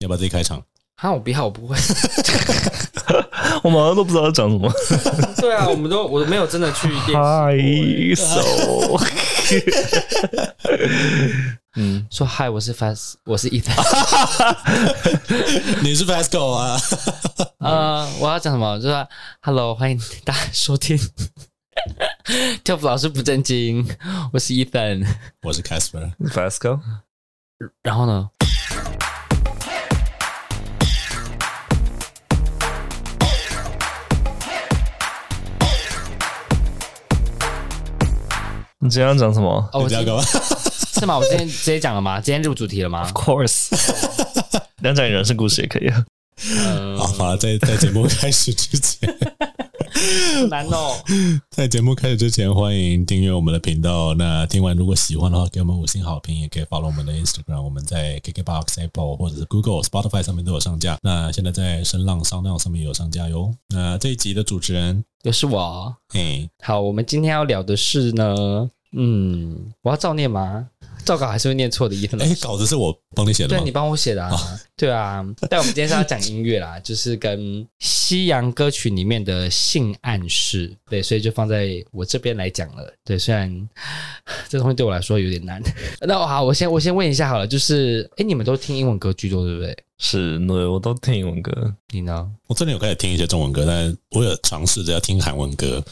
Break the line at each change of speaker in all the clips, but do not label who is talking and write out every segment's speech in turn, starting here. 要不要自己开 场？
哈，我不要，我不会。
我马上都不知道要讲什么。
对啊，我们都我没有真的 去练习过
嗨
欸。
手，嗯，
说嗨，我是 Fast，我是 Ethan。
你是 Pascal 啊？
呃，我要讲什 么？就是 Hello，欢迎大家收听 跳舞老师不正经，我是 Ethan。
我是 Casper。
Vasco，
然后呢？
你今天要讲什么
哦，我
你要啊
今
干嘛？
是吗？我今天直接讲了吗？今天入主题了 吗？
course，讲讲你人生故事也可以啊。
嗯，
好，好了，在在节目开始之前，
难哦。
在节目开始之前，欢迎订阅我们的频道。那听完如果喜欢的话，给我们五星好评，也可以 follow 我们的 Instagram。我们在 KKBox、Apple 或者是 Google、Spotify 上面都有上架。那现在在声浪、商浪上面也有上架哟。那这一集的主持人，
又是我。
嘿，
好，我们今天要聊的是呢，嗯，我要照念吗？照稿还是会念错的，Ethan 老
哎、
师。
稿子是我帮你写的
对
吗
你？帮我写的啊，对啊。但我们今天是要讲音乐啦， 就是跟西洋歌曲里面的性暗示，对，所以就放在我这边来讲了。对，虽然 这东西对我来说有点难。 那好，我先我先问一下好了，就是哎，你们都听英文歌居多，对不对？
是，对我都听英文歌。
你呢？
我最近有开始听一些中文歌，但是我有尝试着要听韩文歌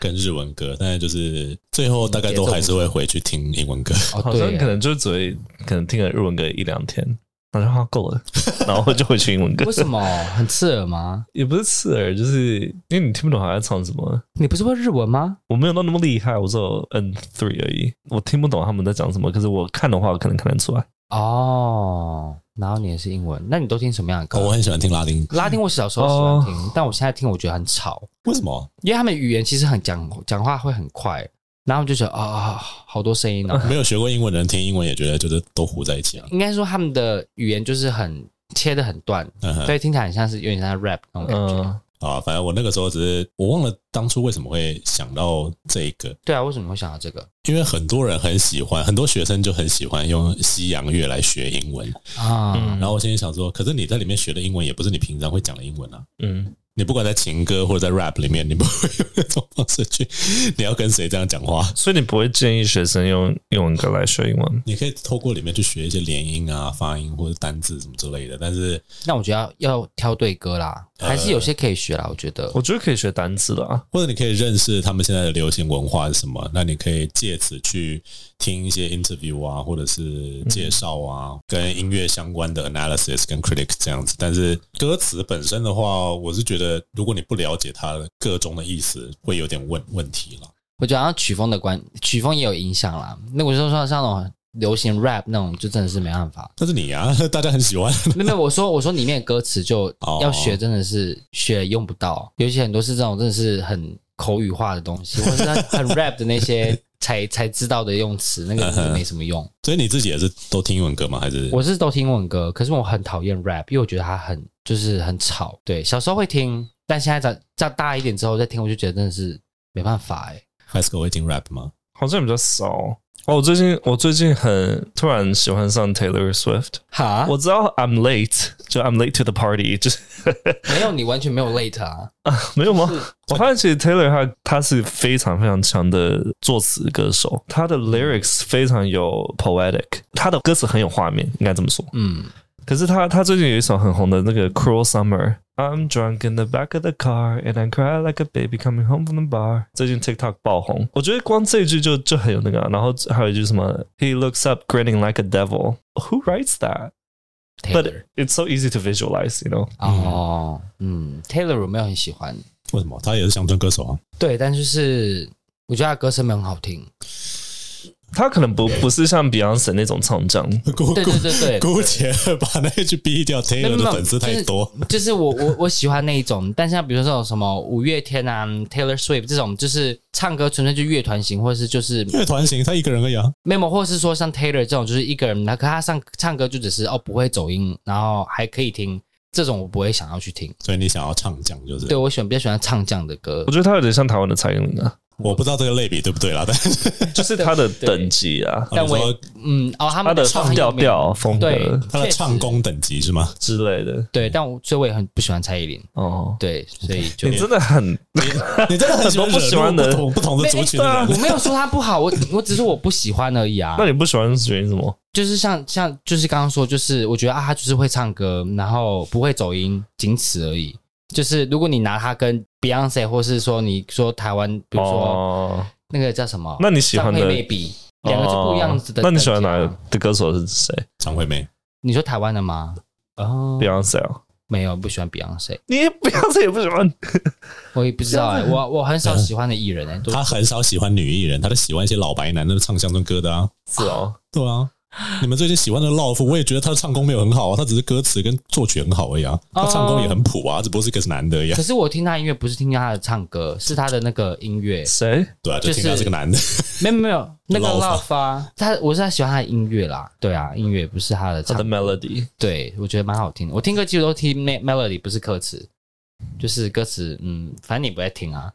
跟日文歌，但是就是最后大概都还是会回去听英文歌。
哦，
好像
对
可
耶，
能 就只会可能听了日文歌一两天，好像啊 够了，然后就回去英文歌
为。什么很刺耳吗？
也不是刺耳，就是因为你听不懂他在唱什么。
你不是会日文吗？
我没有到那么厉害，我只有 N three 而已，我听不懂他们在讲什么。可是我看的话，我可能看得出来。
哦，然后你也是英文，那你都听什么样的
哦我
歌？
很喜欢听拉丁，
拉丁我小时候喜欢听，但我现在听我觉得很吵。
为什么？
因为他们语言其实很讲讲话会很快，然后就觉得啊、好多声音呢、
没有学过英文的人听英文也觉得就是都糊在一 起啊。
应该说他们的语言就是很切的很断，
嗯哼
所以听起来很像是有点像在 rap 那种感觉。
嗯，
啊，反正我那个时候只是我忘了当初为什么会想到这个，
对啊，为什么会想到这个
因为很多人很喜欢，很多学生就很喜欢用西洋乐来学英文。
啊？
嗯
然后我心里想说，可是你在里面学的英文也不是你平常会讲的英文啊。
嗯，
你不管在情歌或者在 rap 里面，你不会用那种方式去， 你要跟谁这样讲话？
所以你不会建议学生用英文歌来学英文？
你可以透过里面去学一些连音啊、发音或者单字什么之类的，但是
那我觉得要要挑对歌啦，还是有些可以学啦。我觉得
我觉得可以学单词的啊。
或者你可以认识他们现在的流行文化是什么，那你可以借此去听一些 interview 啊，或者是介绍啊，跟音乐相关的 analysis 跟 critic 这样子。但是歌词本身的话，我是觉得如果你不了解它的各中的意思，会有点问问题了。
我觉得好像曲风的关曲风也有影响啦。那我就说像那种流行 rap 那种，就真的是没办法。
但是你啊， 大家很喜欢，
没有，没有，我说我说里面的歌词就
哦
要学，真的是学用不到，尤其很多是这种真的是很口语化的东 西，或者是很 rap 的那些才 才知道的用词，那个真的没什么用。
所以你自己也是都听英文歌吗？还是
我是都听英文歌，可是我很讨厌 rap，因为我觉得它很就是很吵。对，小时候会听，但现在长长大一点之后再听，我就觉得真的是没办法哎、
Pascal 会听 rap 吗？
好像比较少。哦，我最近我最近很突然喜欢上 Taylor Swift。
哈，
我知道 I'm late，就 I'm late to the party，就是
没有你完全没有 late 啊，
没有吗
是？
我发现其实 Taylor 他他是非常非常强的作词歌手，他的 lyrics 非常有 poetic，他的歌词很有画面，应该这么说。
嗯，
可是他他最近有一首很红的那个《Cruel Summer》，I'm drunk in the back of the car and I cry like a baby coming home from the bar。最近 TikTok 爆红，我觉得光这一句就就很有那个啊、然后还有一句什么，He looks up grinning like a devil。Who writes that?
Taylor
But it's so easy to visualize, you know.
哦，嗯，Taylor 我没有很喜欢，
为什么？他也是乡村歌手啊。
对，但就是我觉得他歌声没有很好听，
他可能不不是像 Beyonce 那种唱将，
姑
对对对对，
姑且把那句逼掉
没
，Taylor
有
的粉丝太多。
就是我我我喜欢那一种，但像比如说这种什么五月天啊、Taylor Swift 这种，就是唱歌纯粹就乐团型，或者是就是
乐团型，他一个人而已啊。
memo，或者是说像 Taylor 这种，就是一个人，他可他上唱歌就只是哦不会走音，然后还可以听，这种我不会想要去听。
所以你想要唱将就是
对我喜欢比较喜欢唱这样的歌
我，觉得他有点像台湾的蔡依林啊。
我不知道这个类比对不对啦，但是
就是它的等级啊，
但我
你
也
说
嗯哦，他
它
们
的
创意
调
里面
调风格
对
嗯他的
确实
唱功等级是吗？
之类的
对，但我所以我也很不喜欢蔡依林，
哦。
对，所以就
你真的很
你真的很喜欢
很多不喜欢
惹
的。
怒不同不同的族群的
我
人，
没有说她不好，我我只是我不喜欢而已啊
那你不喜欢是原因什么？
就是像像就是刚刚说，就是我觉得啊，他就是会唱歌，然后不会走音，仅此而已。就是如果你拿他跟 Beyonce，或是说你说台湾，比如说
哦，
那个叫什么，
那你喜欢的
张惠妹比两个是不一样子的。
哦那你喜欢哪
等
个
级啊？
的歌手是谁
张惠
啊
妹，
你说台湾的吗？哦，
？Beyonce 啊，
没有，不喜欢 Beyonce，
你 Beyonce 也不喜欢
我也不知道哎、我我很少喜欢的艺人哎、都
她很少喜欢女艺人，她都喜欢一些老白男的唱乡村歌的啊。
是哦，
对啊，你们最近喜欢的 Love，我也觉得他的唱功没有很好啊，他只是歌词跟作曲很好而已啊，他唱功也很普啊，只不过是一个男的而已啊
可。是我听他音乐不是听他的唱歌，是他的那个音乐，
谁？
对啊，就
就是
听他是个男的，
没有没有那个
Love
Love 啊，他我是他喜欢他的音乐啦，对啊，音乐不是他的
他
唱
的 melody
对，我觉得蛮好听的。我听歌几乎都听 me- melody，不是歌词，就是歌词，嗯，反正你不爱听啊，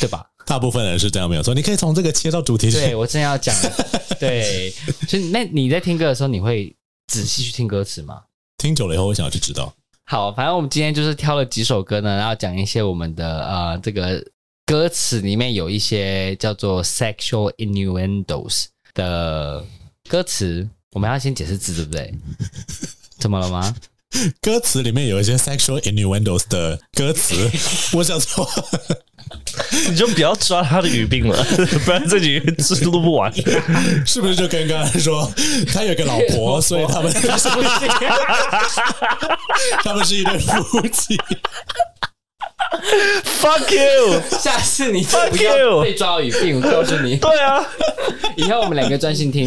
对吧？
大部分人是这样没有错。你可以从这个切到主题
对
去，
我正要讲了，对，所以那你在听歌的时候，你会仔细去听歌词吗？
听久了以后，我想要去知道。
好，反正我们今天就是挑了几首歌呢，然后讲一些我们的呃这个歌词里面有一些叫做 sexual innuendos 的歌词，我们要先解释字，对不对？怎么了吗？
歌词里面有一些 sexual innuendos 的歌 词，我想说，
你就不要抓他的语病了， 不然这集是录不完。
是不是就跟刚刚说他有个老婆，所以他 们他们是一对夫 妻。
Fuck you！
下次你就不
Fuck you
要被抓到语病，我告诉 你，
对啊，
以后我们两个专心听，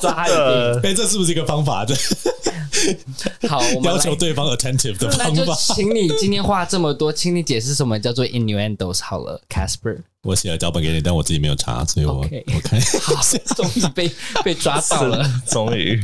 抓他语
呃，
哎、这是不是一个方法？这
病。好，我们来
要求对方 attentive 的
那
方
就
法？
请你今天话这么多，请你解释什么叫做 innuendos 好了，Casper。
我写了脚本给你，但我自己没有查，所以我
OK
我看。
好，终于被 被抓到了。
终于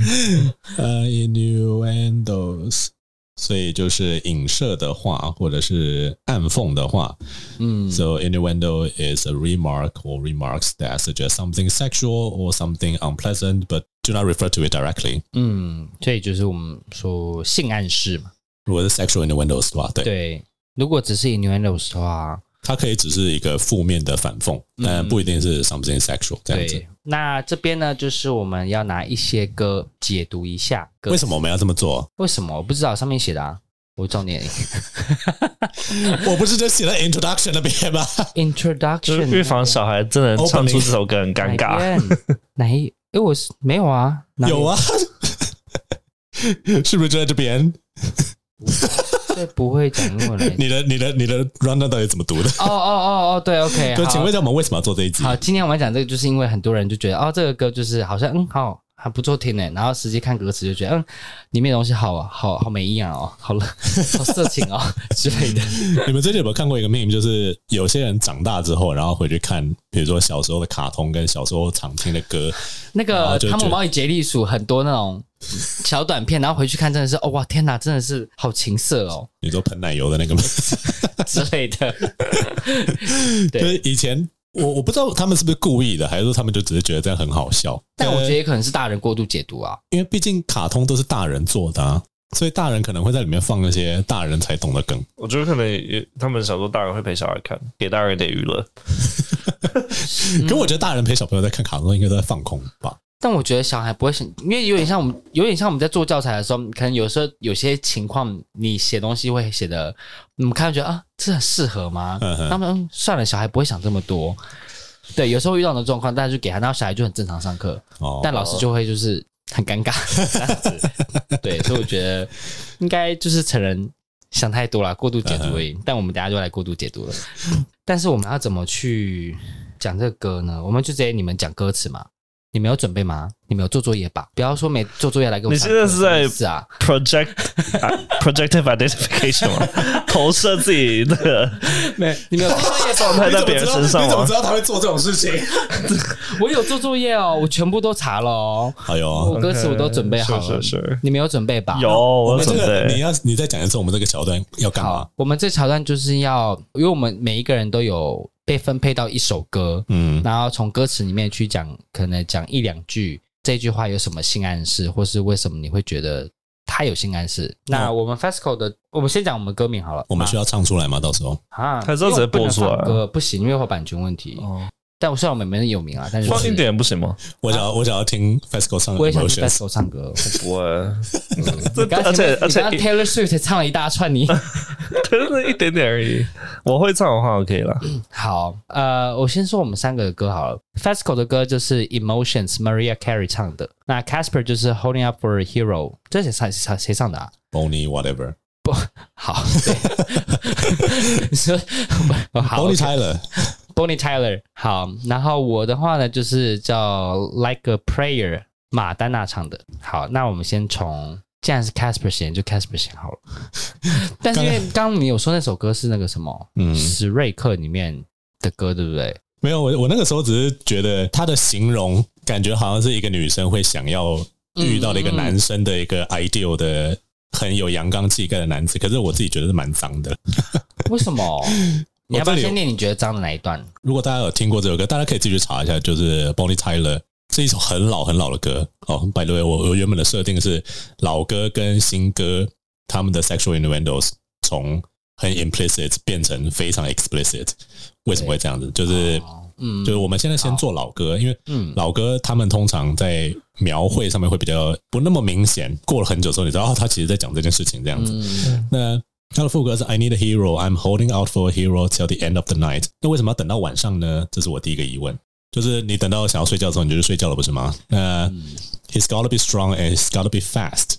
呃、i n n u e n d o s 所以就是影射的话，或者是暗讽的话。
嗯
So innuendo is a remark or remarks that suggest something sexual or something unpleasant, but do not refer to it directly.
嗯，所以就是我们说性暗示嘛。
如果是 sexual innuendos 的话，对，
对，如果只是 innuendos 的话，
它可以只是一个负面的反讽，但不一定是 something sexual 这样子。
对。那这边呢，就是我们要拿一些歌解读一下歌词。
为什么我们要这么 做？
为什么？我不知道，上面写的啊。我重点
我不是就写了 introduction 那边吗？
就是
introduction
预防小孩真的唱出这首歌很尴
哪
尬。
边哪一？哎，我是没有啊，哪里
有，啊， 是不是就在这边？
这不会讲英文嘞。
你的、你的、你的 round down 到底怎么读的？
哦哦哦哦，对 ，OK，
对，
好
请问一下，我们为什么要做这一集？
好，今天我们讲这个，就是因为很多人就觉得哦，这个歌就是好像嗯好还不错听呢，欸然后实际看歌词就觉得嗯里面的东西好啊好好没营养哦，好了， 好色情哦 之类的。
你们最近有没有看过一个 meme？就是有些人长大之后，然后回去看，比如说小时候的卡通跟小时候常听的歌，
那
然后
个
嗯就
《汤姆猫与杰利鼠》很多那种小短片，然后回去看真的是哦哇天哪，真的是好情色哦
你说喷奶油的那个吗？
之 类的。对
就是以前我我不知道他们是不是故意的，还是说他们就只是觉得这样很好笑。
但我觉得
得，
也可能是大人过度解读啊。
因为毕竟卡通都是大人做的、啊，所以大人可能会在里面放那些大人才懂的梗。
我觉得可能也他们想说大人会陪小孩看，给大人一点娱乐。
嗯
可我觉得大人陪小朋友在看卡通，应该都在放空吧？
但我觉得小孩不会想，因为有点像我们，有点像我们在做教材的时候，可能有时候有些情况，你写东西会写的，我们看就觉得啊，这很适合吗？
嗯哼
他们嗯算了，小孩不会想这么多。对，有时候遇到的状况，大家就给他，然后小孩就很正常上课，
哦，
但老师就会就是很尴尬这样子。对，所以我觉得应该就是成人想太多了，过度解读而已。但我们等一下就来过度解读了。但是我们要怎么去讲这个歌呢？我们就直接你们讲歌词嘛。你们有准备吗？你们有做作业吧？不要说没做作业来给我
你
上
现在
课。
是在
是啊？
Project 啊 projective identification 嘛，投射自己那个
没，你们有做作业
状态
吧？
在别人身上吗？
道他会做这种事情？
我有做作业哦，我全部都查了哦，
哎呦，
我歌词我都准备好
是
了。
是是，
你们有准备吧？
有我
们这
准
个你
备。
要
啊
你再讲一次我们这个桥段要干嘛
好？，我们这桥段就是要，因为我们每一个人都有被分配到一首歌，
嗯
然后从歌词里面去讲，可能讲一两句，这句话有什么性暗示，或是为什么你会觉得它有性暗
嗯
示？那我们 FESCO 的，我们先讲我们歌名好了。
我们需
要
要唱出来吗？到时候
啊，
还是要直接播出来
因为
啊
我不能放歌不行，因为会有版权问题。
哦，
但我虽然我们没人有名啊，但是
放一，点不行吗？
我想要我想要听 FESCO 唱
我也想去
Emotions，
FESCO 唱 歌。
不会，
你刚
而且而
你
且
刚刚 Taylor Swift 才唱了一大串，你
真的一点点而已。 我会唱的话，OK 了。
好，呃，我先说我们三个的歌好了。FESCO E 的歌就是 Emotions Maria Carey 唱的，那 Casper 就是 Holding Up for a Hero，这谁唱谁唱谁唱的啊？
Bonnie whatever，
好，对， 你说哦好
Bonnie Tyler，
Bonnie Tyler，好，然后我的话呢就是叫 Like a Prayer，马丹娜唱的。好，那我们先从。既然是 Casper 先，就 Casper 先好了。但是因为刚刚你有说那首歌是那个什么
嗯，
史瑞克里面的歌，对不对？
没有，我我那个时候只是觉得他的形容感觉好像是一个女生会想要遇到的一个男生的一个 ideal 的很有阳刚气概的男子，可是我自己觉得是蛮脏的。
为 什么？你要不
这
要
里有
先念你觉得脏的哪一段？
如果大家有听过这首歌，大家可以自己去查一下，就是 Bonnie Tyler 是一首很老很老的歌哦。by the way，我我原本的设定是老歌跟新歌他们的 sexual innuendos 从很 implicit 变成非常 explicit，为什么会这样子？就是
嗯，
就是我们现在先做老歌，因为
嗯
老歌他们通常在描绘上面会比较不那么明显，过了很久之后，你知道、哦、他其实在讲这件事情这样子。
嗯
那他的副歌是 I need a hero, I'm holding out for a hero till the end of the night。那为什么要等到晚上呢？这是我第一个疑问。就是你等到想要睡觉的时候，你就去睡觉了，不是吗？那、He's
嗯
gotta be strong and he's gotta be fast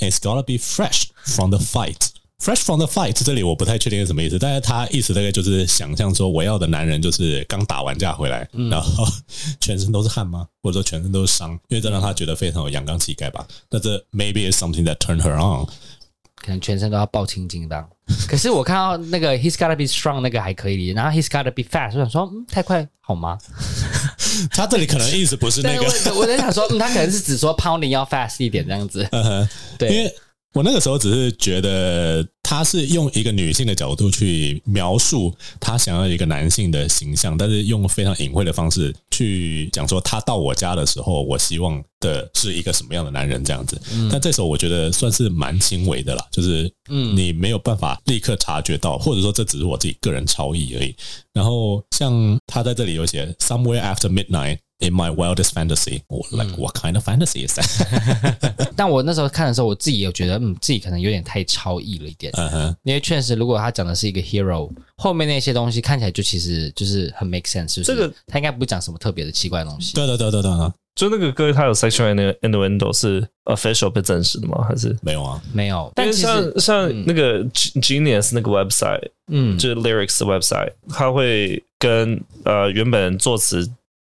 and he's gotta be fresh from the fight。Fresh from the fight，这里我不太确定是什么意思，但是他意思大概就是想象说，我要的男人就是刚打完架回来，然后 全身都是汗吗？或者说全身都是伤，因为这让他觉得非常有阳刚气概吧。那这 maybe is something that turned her on。
可能全身都要爆青筋的。 可是我看到那个 He's gotta be strong 那个还可以，然后 He's gotta be fast，我想说，嗯，太快好吗？
他这里可能意思不是那
但
个，
是我我在想说， 嗯，他可能是只说 pounding 要 fast 一点这样子。
Uh-huh 因
对，
为我那个时候只是觉得他是用一个女性的角度去描述他想要一个男性的形象，但是用非常隐晦的方式去讲说他到我家的时候，我希望的是一个什么样的男人这样子。但这首我觉得算是蛮轻微的啦，就是
嗯
你没有办法立刻察觉到，或者说这只是我自己个人超意而已。然后像他在这里有写 “somewhere after midnight”。In my wildest fantasy, or like what kind of fantasy is that？
但我那时候看的时候，我自己有觉得，嗯，自己可能有点太超意了一点。
嗯哼，
因为确实，如果他讲的是一个 hero，后面那些东西看起来就其实就是很 make sense，就是
这个
他应该不会讲什么特别的奇怪的东西。
对对对对对对，
就那个歌，它有 sexual innu- innuendo 是 official 被证实的吗？还是？
没有啊，
没有，
因
但
为
其实
像像那个 G- Genius 那个 website，
嗯，
就是 lyrics 的 website，它会跟呃原本作词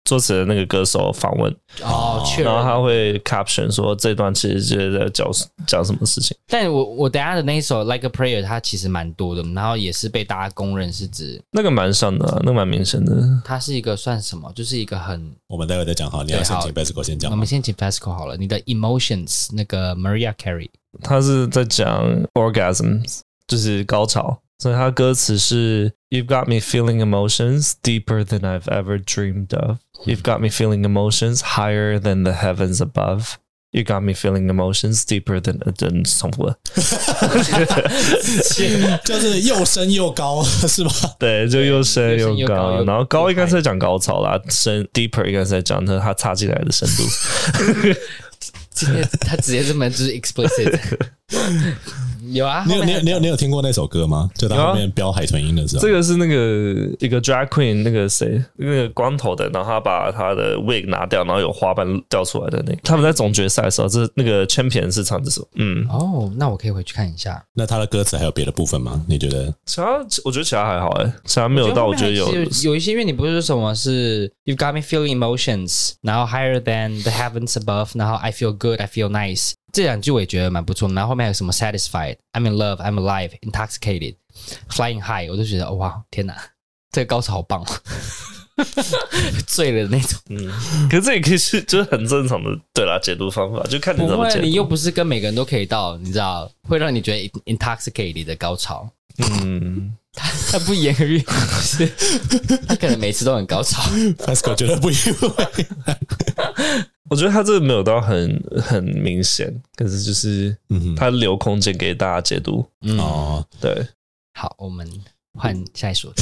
作词的那个歌手访问，
哦，确
然后
认。
他会 caption 说这段其实是在讲讲什么事情。
但我我等一下的那一首《Like a Prayer》，它其实蛮多的，然后也是被大家公认是指
那个蛮像的啊、那个蛮明显的。
它是一个算什么，就是一个很。
我们待会再讲哈，你要先请 Basico 先讲
我
吗
们。先请 Fasco 好了，你的 Emotions 那个 Maria Carey，
他是在讲 orgasms，就是高潮。所以他歌词是 You've got me feeling emotions deeper than I've ever dreamed of. You've got me feeling emotions higher than the heavens above. You got me feeling emotions deeper than 呃真重复了。
就是又深又高，是吧？
对，就又深
又深又高
高，
又
然后高应该是在讲高潮啦，深 deeper 应该是在讲它它插进来的深度。
今天他直接这么就是 explicit，有啊，
你有
后
你
面
有你有你有听过那首歌吗？就他后面飙海豚音的时候
啊
这，个是那个一个 drag queen 那个谁那个光头的，然后他把他的 wig 拿掉，然后有花瓣掉出来的那个。他们在总决赛的时候，这是那个 champion 是唱这首，嗯，
哦，那我可以回去看一下。
那他的歌词还有别的部分吗？你觉 得？
其他我觉得其他还好哎、其他没有到，我觉得有
后面还是有一些，因为你不是说什么是 You've got me feeling emotions，然后 higher than the heavens above，然后 I feel good, I feel nice，这两句我也觉得蛮不错。然后后面还有什么 satisfied, I'm in love, I'm alive, intoxicated, flying high，我就觉得哇，天哪，这个高潮好棒， 醉了的那种。
嗯，可是这也可以是就是很正常的对啦，解读方法就看你
不
怎么
会，
解
啊
读。
你又不是跟每个人都可以到，你知道，会让你觉得 intoxicated 的高潮。
嗯，
他他不言而喻，是
他可能每次都很高潮。
Pascal 觉得不意外，
我觉得他这个没有到很很明显，可是就是
嗯哼
他留空间给大家解读。
嗯，
哦，
对，
好，我们换下一首。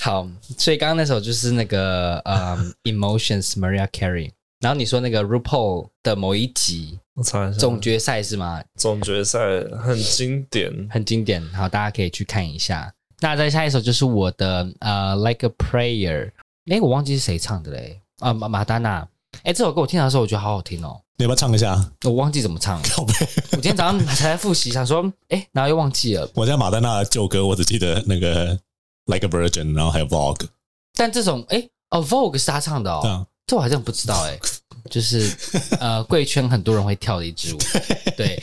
好，所以刚刚那首就是那个呃、emotions Maria Carey，然后你说那个 RuPaul 的某一集
我查一下
总决赛是吗？
总决赛很经典，
很经典，好，大家可以去看一下。那再下一首就是我的呃 Like a Prayer，哎、我忘记是谁唱的嘞，啊马马丹娜，哎、这首歌我听到的时候我觉得好好听哦，
你要不要唱一下？
我忘记怎么唱了，
靠背，
我今天早上才在复习，想说哎、然后又忘记了。
我在马丹娜的旧歌，我只记得那个 Like a Virgin，然后还有 Vogue，
但这种哎、哦 Vogue 是他唱的哦，
这样
这我好像不知道哎、就是呃，贵圈很多人会跳的一支舞，对。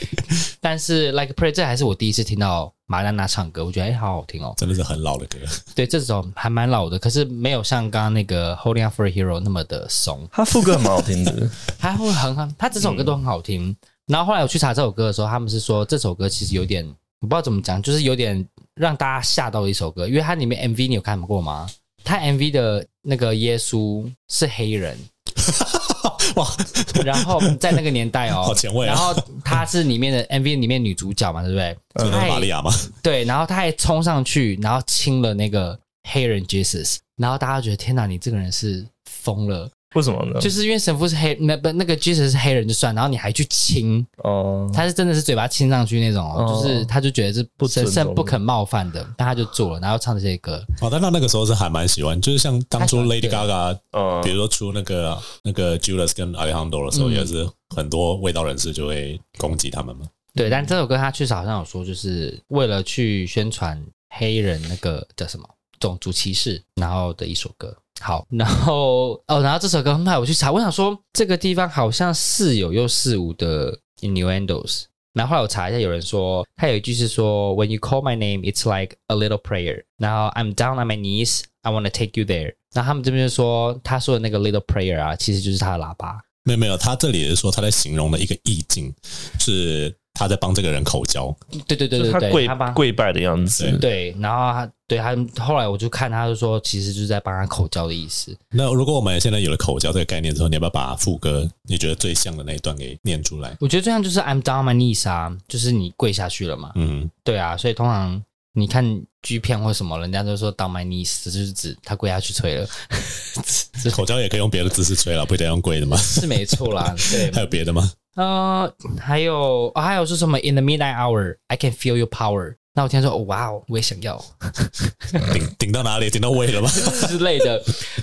但是 Like a Prayer 这还是我第一次听到马丹娜唱歌，我觉得哎、好好听哦。
真的是很老 的歌。
对，这首还蛮老的，可是没有像刚刚那个 Holding Up for a Hero 那么的怂，
他副歌蛮好 听的。
还会很好，他整首歌都很好听。然后后来我去查这首歌的时候，他们是说这首歌其实有点，我不知道怎么讲，就是有点让大家吓到的一首歌，因为它里面 MV 你有看过吗？他 MV 的那个耶稣是黑人，
哇，
然后在那个年代哦，
好前卫啊
然后她是里面的 MV 里面女主角嘛，对不对？
真的
她
是
也
玛利亚吗？
对，然后她还冲上去，然后亲了那个黑人 Jesus，然后大家觉得天哪，你这个人是疯了，
为什么呢？
就是因为神父是黑，那不那个 Jesus 是黑人就算，然后你还去亲，
哦，
他是真的是嘴巴亲上去那种哦，
哦
就是他就觉得是
不尊
神
重
圣不肯冒犯的，但他就做了，然后唱这些歌，
马丹娜那个时候是还蛮喜欢，就是像当初
她喜欢
Lady Gaga，
嗯
比如说出那个那个 Judas 跟 Alejandro 的时候，
嗯
也是很多味道人士就会攻击他们嘛。
对，但这首歌他确实好像有说，就是为了去宣传黑人那个叫什么种族歧视，然后的一首歌。好，然后哦，然后这首歌后来我去查，我想说这个地方好像似有又似无的 innuendos。然后后来我查一下，有人说他有一句是说，When you call my name, it's like a little prayer。然后 I'm down on my knees, I wanna take you there。然后他们这边就说，他说的那个 little prayer 啊，其实就是他的喇叭。
没有没有，他这里是说他在形容的一个意境，是他在帮这个人口交。
对对对
就
对
是他
对，
跪
帮
跪拜的样子。
对，然后他对他后来我就看，他就说其实就是在帮他口交的意思。
那如果我们现在有了口交这个概念之后，你要不要把副歌你觉得最像的那一段给念出来？
我觉得这样就是 I'm down on my knees 啊，就是你跪下去了嘛。
嗯，
对啊，所以通常你看 G 片或什么，人家都说 down my knees，这就是指他跪下去吹了，这
口交也可以用别的姿势吹了，不一定要用跪的吗？
是没错 啦。对，
还有别的吗？
呃，还有、哦还有是什么 In the midnight hour, I can feel your power。那我听说，哦哇哦，我也想要
顶顶到哪里？顶到胃了吗？
之类的。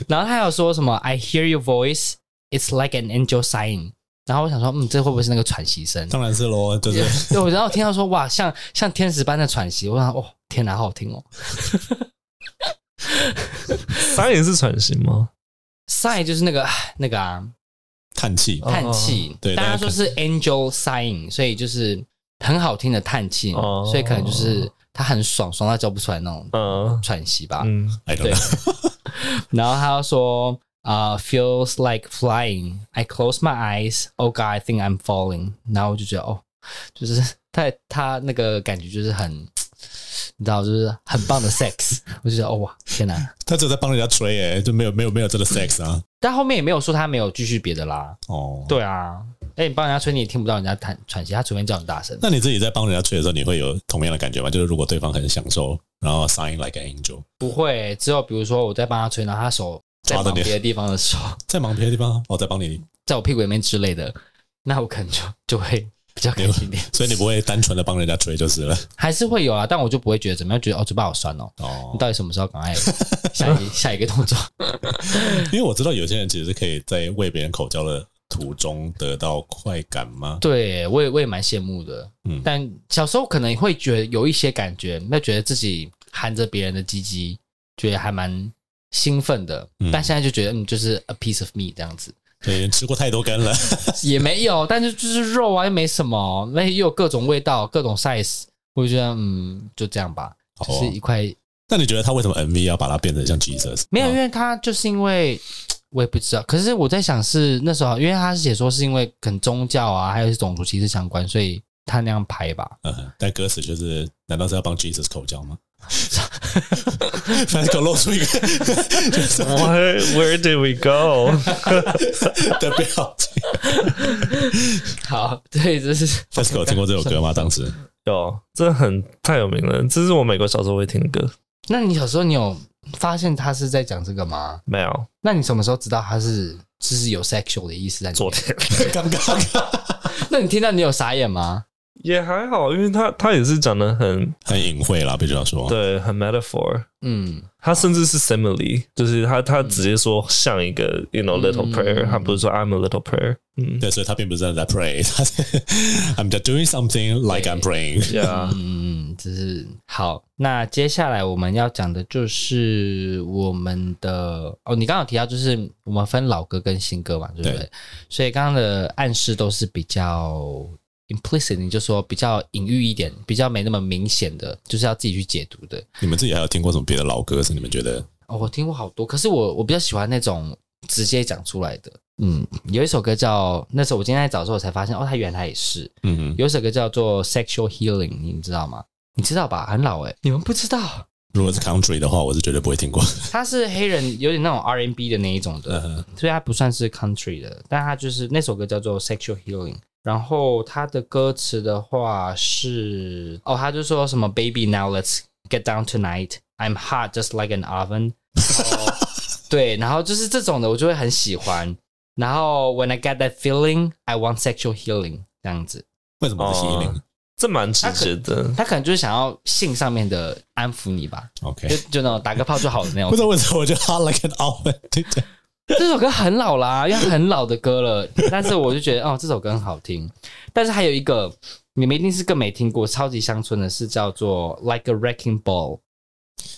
然后他还有说什么 I hear your voice, it's like an angel sign。然后我想说，嗯，这会不会是那个喘息声？
当然是喽，就是
对，我然后听到说哇，像像天使般的喘息，我想哦，天哪，好好听哦。
三也是喘息吗？
sign 就是那个那个啊，
叹气。
叹气。
对
大家
大家
说是 angel sign，所以就是很好听的叹气，
哦
所以可能就是他很爽，爽到叫不出来那种
嗯
喘息吧。
嗯，
I don't know。
然后他又说啊、f e e l s like flying. I close my eyes. Oh God, I think I'm falling. 然后我就觉得哦，就是他他那个感觉就是很，你知道，就是很棒的 sex。我就觉得哦哇，天哪！
他只有在帮人家吹、欸，就没有没有没有这个 sex 啊。
但后面也没有说他没有继续别的啦。
哦，
对啊，哎、你帮人家吹，你也听不到人家叹喘息，他除非叫你大声。
那你自己在帮人家吹的时候，你会有同样的感觉吗？就是如果对方很享受，然后 sign like an angel，
不会，只有比如说我在帮他吹，然后他手在
抓着
忙
你
别的地方的时候，
在忙别的地方，哦我在帮你，
在我屁股里面之类的，那我可能就就会比较开心一点。
所以你不会单纯的帮人家吹就是了。
还是会有啊，但我就不会觉得怎么样，觉得哦嘴巴好酸哦。
哦
你，到底什么时候赶快下 一下一个动作？
因为我知道有些人其实是可以在为别人口交的途中得到快感吗？
对我也我也蛮羡慕的，
嗯
但小时候可能会觉得有一些感觉，那觉得自己含着别人的鸡鸡，觉得还蛮兴奋的，
嗯
但现在就觉得嗯，就是 a piece of me 这样子，
对，吃过太多根 了，
也没有，但是就是肉啊，又没什么，那也有各种味道，各种 size，我就觉得嗯，就这样吧，
好
就
哦
是一块
那你觉得他为什么 MV 要把它变成像 Jesus？
没有，因
啊
为他就是因为我也不知道，可是我在想是那时候，因为他是写说是因为跟宗教啊，还有是种族歧视相关，所以他那样拍吧。
啊嗯 哼但歌词就是，难道是要帮 Jesus 口交吗？ Franco 露出一个
Why, where did we go？
的表情。
好，对，这是
Franco 有听过这首歌吗？当 时
有，这很太有名了，这是我美国小时候会听的歌。
那你小时候你有发现他是在讲这个吗？
没有，
那你什么时候知道他是就是有 sexual 的意思在里面？
昨 天
刚刚
那你听到你有傻眼吗？
也还好，因为他他也是讲的很
很隐晦啦，必须要说。
对，很 metaphor。
嗯，
他甚至是 simile，就是他他直接说像一个 you know little prayer，、他不是说 I'm a little prayer。嗯
对，所以他并不是真的在 pray，他 是 I'm just doing something like I'm praying。
，Yeah，
嗯，这是好。那接下来我们要讲的就是我们的哦，你刚刚有提到就是我们分老歌跟新歌嘛，对不对？
对
所以刚刚的暗示都是比较 implicit，你就说比较隐喻一点，比较没那么明显的，就是要自己去解读的。
你们自己还有听过什么别的老歌是你们觉得
哦，我听过好多，可是我我比较喜欢那种直接讲出来的。嗯，有一首歌叫那时候我今天在找的时候我才发现，哦，它原来也是
嗯哼？
有一首歌叫做《Sexual Healing》，你们知道吗？你知道吧？很老哎、你们不知道？
如果是 country 的话，我是绝对不会听过。
它是黑人，有点那种 R N B 的那一种的，
嗯哼
所以它不算是 country 的，但它就是那首歌叫做《Sexual Healing》。然后它的歌词的话是，哦，他就说什么 “Baby, now let's get down tonight. I'm hot just like an oven.” 然后对，然后就是这种的，我就会很喜欢。然后 “When I get that feeling, I want sexual healing” 这样子，
为什么是 healing？
哦这蛮直接的。
他可能就是想要性上面的安抚你吧，
OK，
就就那种打个炮就好的那种
不知。道为什么我觉得 Hot Like an Oven，对对
这首歌很老啦，因为很老的歌了，但是我就觉得哦，这首歌很好听。但是还有一个，你们一定是更没听过，超级乡村的是叫做《Like a Wrecking Ball》，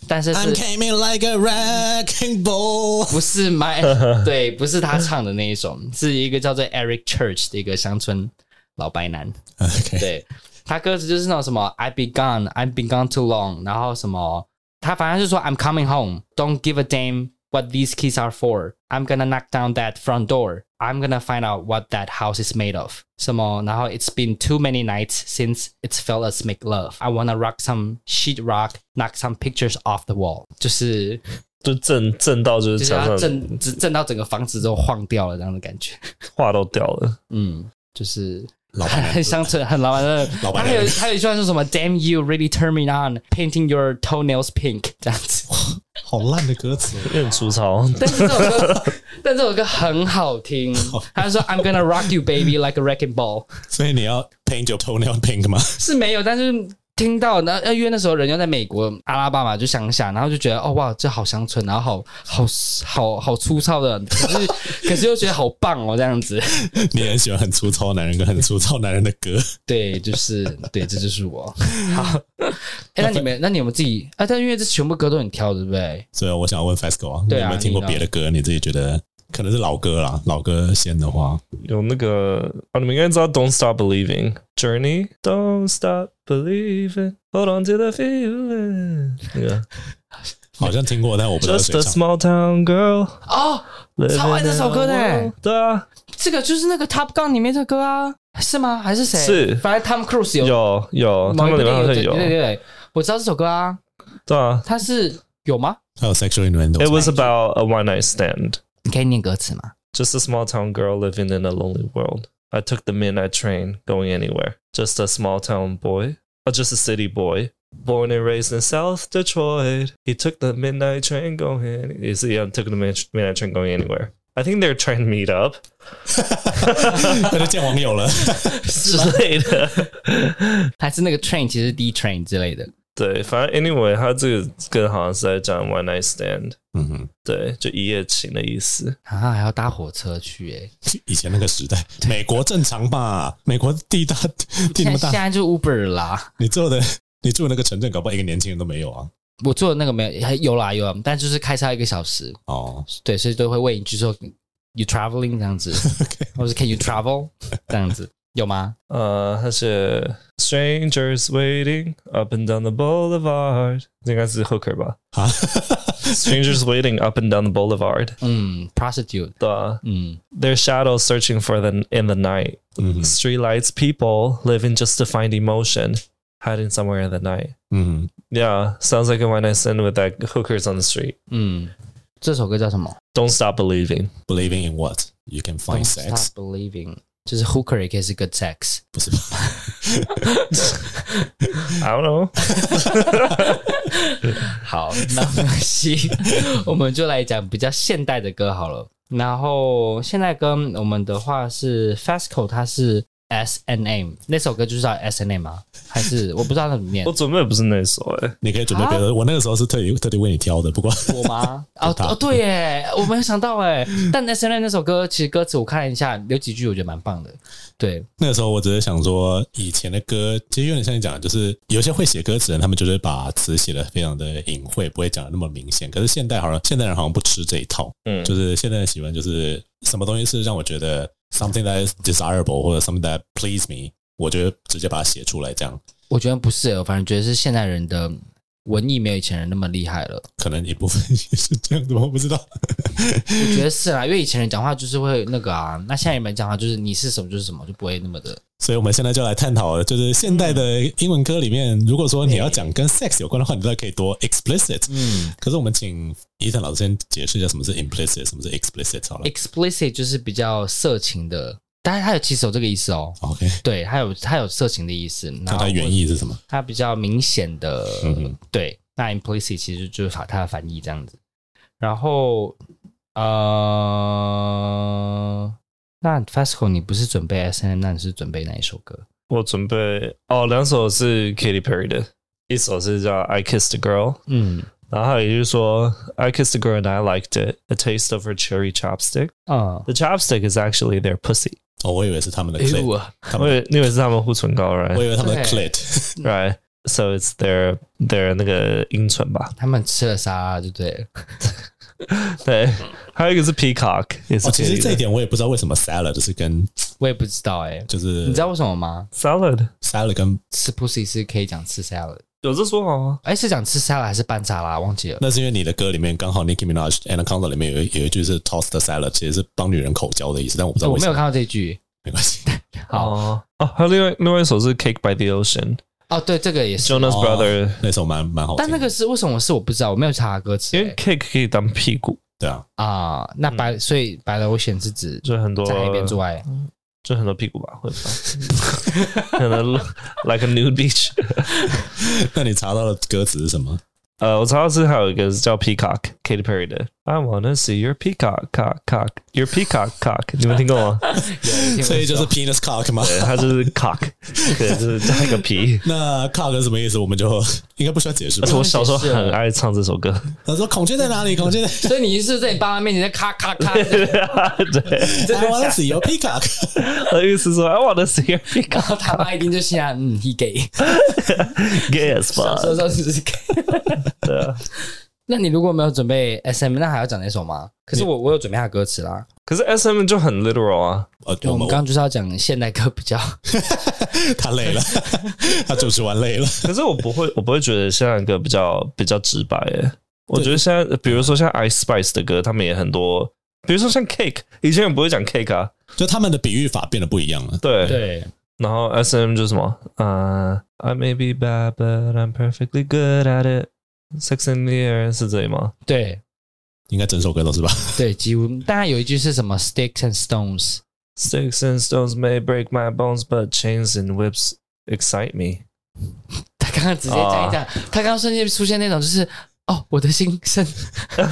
但是
，I'm
是
coming like a wrecking ball。
不是 My 对，不是他唱的那一首，是一个叫做 Eric Church 的一个乡村老白男，
OK，
对他歌词就是那种什么 I've been gone, I've been gone too long，然后什么他反正是说 I'm coming home, don't give a damn what these kids are for, I'm gonna knock down that front door, I'm gonna find out what that house is made of，什么然后 It's been too many nights since it's felt us make love, I wanna rock some sheet rock, knock some pictures off the wall，就是
就震震到就
就是是他
墙上
震震到整个房子都晃掉了这样的感觉，
话都掉了。
嗯，就是
老板
很
娘
乡村，很老板的。
老板
他还有
娘
他有一句话说什么 “Damn you, really turn me on, painting your toenails pink” 这样子。
好烂的歌词，
有点粗糙，
但是这首歌， 但这首歌很好听。他说 “I'm gonna rock you, baby, like a wrecking ball”
所以你要 paint your toenail pink 吗？
是没有，但是听到那呃因为那时候人又在美国阿拉巴马就乡下，然后就觉得哦哇，这好乡村，然后好好好好粗糙的，可是 可是又觉得好棒哦这样子。
你也很喜欢很粗糙的男人跟很粗糙男人的歌，
对，就是对，这就是我。 好，哎、那你们那你们自己啊？但因为这全部歌都你挑的，对不对？
所以我想问 Fasco 啊，你
对啊
有没有听过
你呢
别的歌？你自己觉得可能是老歌啦，老歌先的话，
有那个啊，你们应该知道《Don't Stop Believing》Journey。Don't stop believing, hold on to the feeling。那个
好像听过，但我不知道
Just
谁
a
唱。
small town girl。
哦，超爱这首歌的欸。
对啊，
这个就是那个 Top Gun 里面的歌啊，是吗？还是谁？
是
反正 Tom Cruise 有
有有，他
某一部
们里面好像
电影对对
有。
对，我知道这首歌啊，
对啊
它是有吗？
还有 sexual innuendo，
，It was about a one night stand.
你可以念歌词吗？
Just a small town girl living in a lonely world. I took the midnight train going anywhere. Just a small town boy, or just a city boy. Born and raised in South Detroit. He took the midnight train going. He said, yeah, took the mid- midnight train going anywhere. I think they're trying to meet up.
那就见网友了。
之类 的。
还是那个 Train 其实是 D Train 之类的？
对，反正 anyway，他这个歌好像是在讲 one night stand，E
嗯哼，
对，就一夜情的意思。
啊，还要搭火车去哎诶、
以前那个时代，美国正常吧？美国地大地那
现
么
在现
大，
在就 Uber 啦。
你做的你住的那个城镇，搞不好一个年轻人都没有啊。
我做的那个没有，还有啦有啦，但就是开车要一个小时，
哦，
对，所以都会问一句说 “You traveling” 这样子，或者是 “Can you travel” 这样子，有吗？
呃，他是 uh, strangers waiting up and down the boulevard，这应该是 hooker 吧
啊，
？strangers waiting up and down the boulevard，
嗯，prostitute，
对啊
嗯，
，their shadows searching for the in the night，
嗯哼，
streetlights people living just to find emotion。 hiding somewhere in the night.
嗯
Yeah, sounds like a one night stand with like hookers on the street.
嗯，这首歌叫什么
Don't stop believing.
，believing in what you can find
Don't
sex，
Stop Believing，就是 Hooker 也可以是 Good Sex。
不是
I don't know.
好， 那没关系，我们就来讲比较现代的歌好了。然后现代歌我们的话是 Fasco，它是 S N M 那首歌就是叫 S N M 吗？还是我不知道它怎么念？
我准备不是那首诶、欸。
你可以准备别的。我那个时候是特地特地为你挑的，不过
我吗？ 哦
他
哦，对耶， 我没有想到哎。但 S N M 那首歌其实歌词我看了一下，有几句我觉得蛮棒的。对，
那个时候我只是想说，以前的歌其实有点像你讲的，就是有些会写歌词的人，他们就是把词写的非常的隐晦，不会讲的那么明显。可是现代好像现代人好像不吃这一套，
嗯
就是现在的喜欢就是什么东西是让我觉得 something that is desirable 或者 something that please me，我觉得直接把它写出来，这样
我觉得不是耶，我反正觉得是现代人的文艺没有以前人那么厉害了。
可能一部分也是这样的吧，我不知道。
我觉得是啊，因为以前人讲话就是会那个啊，那现在人讲话就是你是什么就是什么，就不会那么的。
所以我们现在就来探讨，就是现代的英文歌里面，如果说你要讲跟 sex 有关的话，你大概可以多 explicit。
嗯
可是我们请伊森老师先解释一下什么是 implicit，什么是 explicit 好了。
，explicit 就是比较色情的，但是它有其实有这个意思哦。
OK，
对，它有它有色情的意思，然
那
后
它原意是什么？
它比较明显的，
嗯哼
对，那 implicit 其实就是它它的反义这样子。然后，呃，那 Fasco 你不是准备 S N，那你是准备哪一首歌？
我准备哦，两首是 Katy Perry 的，一首是叫 I Kissed a Girl，
嗯
然后还有就是说 I Kissed a Girl and I Liked It, A Taste of Her Cherry Chopstick.
嗯，
The chopstick is actually their pussy.
哦，我以为是他们的
哎
clit，
我
他们
我以为那个是他们护唇膏
我
right
以为他们的
对
clit。
right. So it's their their 那个阴唇吧。对，还有一个是
他们吃了啥就对了。
peacock 也是
哦，其实这一点我也不知道为什么 salad 就是跟
我也不知道哎、
就是
你知道为什么吗？
salad
salad 跟
吃 pussy 是可以讲吃 salad，
有这说法吗？
哎、是讲吃 salad 还是拌沙拉？忘记了。
那是因为你的歌里面刚好 Nicki Minaj Anaconda 里面有一有一句是 toss the salad，其实是帮女人口交的意思，但我不知道
我
为
没
什
有
么，
看到这句
没关 系。
好
哦哦，还有另外另外一首是 Cake by the Ocean
哦，对，这个也是，
Jonas
哦
Brother，
那首蛮蛮好听的，
但那个是为什么是我不知道，我没有查歌词、
因为
欸
Cake 可以当屁股，就很多
对啊，
啊。那白、
嗯
所以白的 ocean 是指在海边做爱，
就很多屁股吧，会吧？可能 like a nude beach。
那你查到的歌词是什么？
呃，我查到是还有一个是叫 Peacock Katy Perry 的，I wanna see your peacock cock cock your peacock cock，你们听过吗？
有
所以就是 penis cock 嘛。
对，它就是 cock，对，就是加一个皮。
那 cock 是什么意思？我们就 应该不需要解释
而
吧
且。我小时候很爱唱这首歌，
他说孔雀在哪里？孔雀在。
所以你是在你爸妈面前在咔咔咔，
对，
I wanna see your peacock。
我的意思是说 I wanna see your peacock
然 后他妈一定就心想，嗯，he gay，
yes
小时候
fuck，
就是 gay。
对啊。
那你如果没有准备 S M，那还要讲哪首吗？可是我我有准备他歌词啦，
可是 S M 就很 literal 啊，
呃，
就
我
我
们
们刚刚就是要讲现代歌比较
他累了，他主持完累了。
可是我不会，我不会觉得现在的歌比较比较直白诶。我觉得现在，比如说像 Ice Spice 的歌，他们也很多，比如说像 Cake，以前也不会讲 Cake 啊，
就他们的比喻法变得不一样了。
对。
对。
然后 S M 就是什么，呃、i may be bad but I'm perfectly good at it。Sex in the air 是这里吗？
对
应该整首歌都是吧？
对，几乎。当然有一句是什么 “sticks and stones”，
Sticks and stones may break my bones, but chains and whips excite me。
他刚刚直接讲一讲，他刚刚瞬间出现那种就是哦，我的心声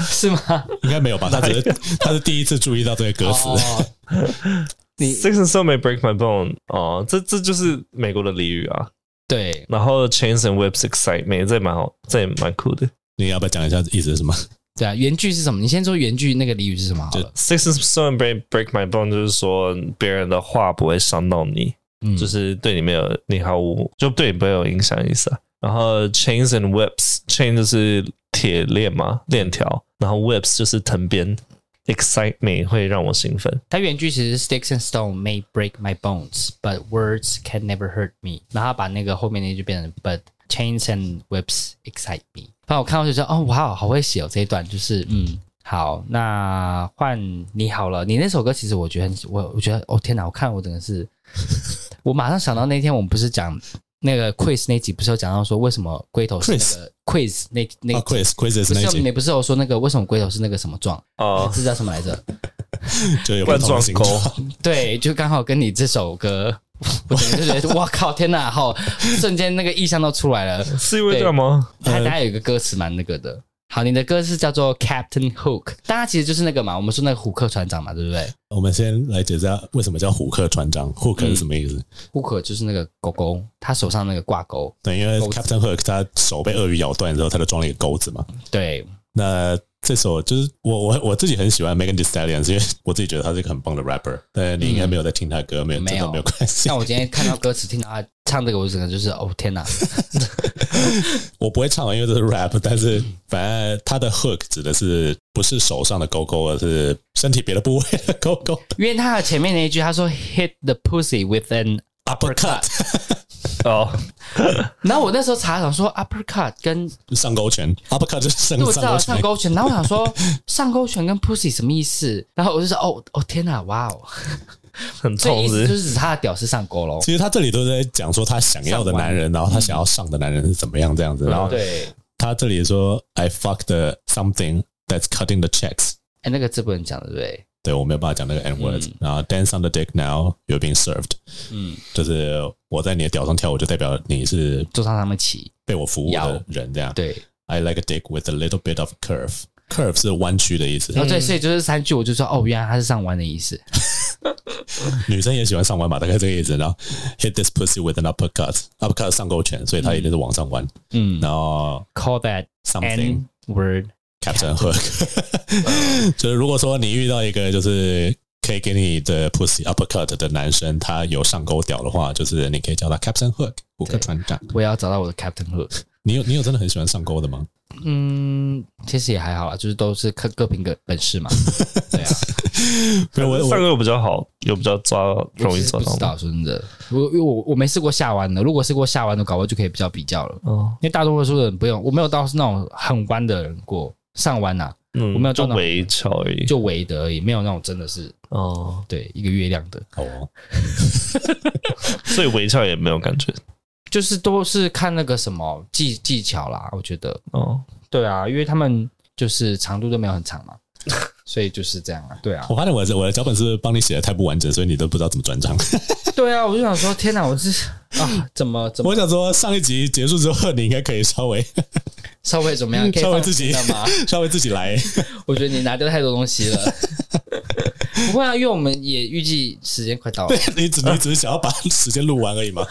是吗？
应该没有吧？他只是 他是第一次注意到这个歌词。
哦你
Sticks and stones may break my bone。哦，这这就是美国的俚语啊。
对
然后 chains and whips excite me，这也蛮好，这也蛮酷的。
你要不要讲一下意思是什么？
对啊，原句是什么？你先说原句那个俚语是什么好了？
Six and seven break break my bone，就是说别人的话不会伤到你，
嗯，
就是对你没有，你毫无，就对你不会有影响的意思啊。然后 chains and whips，chain 就是铁链嘛，链条，然后 whips 就是藤鞭。Excite me 会让我兴奋，
它原句其实是 “sticks and stone may break my bones, but words can never hurt me”，然后它把那个后面那句变成 “but chains and whips excite me”。反正我看到就觉得哦，哇，好会写哦这一段，就是嗯。好，那换你好了。你那首歌其实 我觉得很，我我觉得，哦天哪！我看我整个是，我马上想到那天我们不是讲那个 quiz 那集不是有讲到说为什么龟头是那个 quiz 那那
啊，quiz quizzes
不
那
是
一
有你
集
不是有说那个为什么龟头是那个什么状？
哦
这叫什么来着？
就有不
冠
同的
状
形
沟
状，
对，就刚好跟你这首歌， 我整个就觉得哇靠，天哪！好，瞬间那个意象都出来了。
是因为这样吗？
它大家有一个歌词蛮那个的。好，你的歌是叫做 Captain Hook，大家其实就是那个嘛，我们说那个虎克船长嘛，对不对？
我们先来解释下为什么叫虎克船长，hook 是什么意思？
虎克就是那个狗狗，他手上那个挂钩。
对，因为
钩子
Captain Hook 他手被鳄鱼咬断之后，他就装了一个钩子嘛。
对，
那这首就是我我我自己很喜欢 Megan Thee Stallion，是因为我自己觉得他是一个很棒的 rapper。但你应该没有在听他歌，没有，
没
真
有
的没有关系
像。我今天看到歌词，听到他唱这个，我整个就是哦天哪！
我不会唱了，因为这是 rap，但 是反正他的 hook 指的是不是手上的勾勾，而是身体别的部位的勾勾
因为他的前面那一句，他说 hit the pussy with an
uppercut
哦，
然后我那时候查想说 uppercut 跟
上勾拳，uppercut 就是上
我知
上勾
道上
拳。
勾拳，然后我想 说上勾拳跟 pussy 什么意思？然后我就说哦哦天哪，哇 哦！
很
所以
痛
意思
是
就
不是
是指他的屌是上钩喽。
其实他这里都在讲说他想要的男人，然后他想要上的男人是怎么样这
嗯
样子。然后
对，
他这里说 I fucked the something that's cutting the checks，
哎，那个字不能讲，对不对？
对我没有办法讲那个 N word、
嗯
然后 dance on the dick now you're being served，
嗯，
就是我在你的屌上跳舞，就代表你是
坐上他们骑，
被我服务
要
的人这样。
对，
I like a dick with a little bit of curve。curve 是弯曲的意思，
哦然后对，所以就是三句，我就说哦，原来他是上弯的意思。
女生也喜欢上弯吧，大概这个意思。然后 hit this pussy with an uppercut，uppercut 上勾拳，所以他一定是往上弯。
嗯
然后
，call that
something
n word。
Captain Hook，就是 如果说你遇到一个就是可以给你的 pussy uppercut 的男生，他有上钩屌的话，就是你可以叫他 Captain Hook 虎克船长。
我也要找到我的 Captain Hook。
你有你有真的很喜欢上钩的吗？
嗯，其实也还好啦，就是都是各各凭各本事 嘛。对啊，
没有 我
上
我
个有比较好，有比较抓容
我
易
其实
抓
不知
到吗？
道，说真的，我因为我我没试过下弯的，如果试过下弯的，搞不好就可以比较比较了。
哦，
因为大多数人不用，我没有到是那种很弯的人过上弯呐、
嗯，
我没有
就
抓到
围桥而已。
就围的而已，没有那种真的是
哦，
对一个月亮的，
哦，
所以围桥也没有感觉
就是都是看那个什么技技巧啦。我觉得
哦。
对啊，因为他们就是长度都没有 很长嘛，所以就是这样啊。对啊，
我发现我的我的脚本是不是帮你写的太不完整，所以你都不知道怎么转账。
对啊，我就想说，天哪，我这啊，怎么怎么
我想说上一集结束之后，你应该可以稍微
稍微怎么样？可
嗯
以
稍微
放
自己
心了吗？
稍微自己来。
我觉得你拿掉太多东 西了。不会啊，因为我们也预计时间快到了。
你只你只是想要把时间录完而已嘛？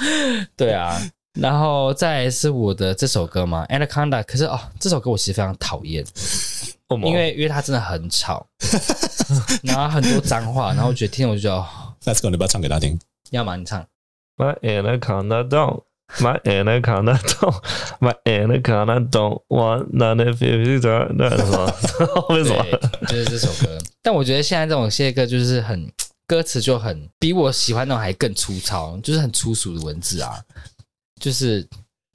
对啊，然后再来是我的这首歌嘛，《Anaconda》。可是哦，这首歌我其实非常讨厌，
哦
因为因为它真的很吵， 然后很多脏话，然后我觉得听了我就觉得，哦
下次可能不要唱给他听。
要么你唱，
My anaconda don't. My anaconda don't. My anaconda don't want none of you. 那什么？ 为什么？
对，就是这首歌。但我觉得现在这种谢歌就是很。歌词就很比我喜欢那种还更粗糙，就是很粗俗的文字啊，就是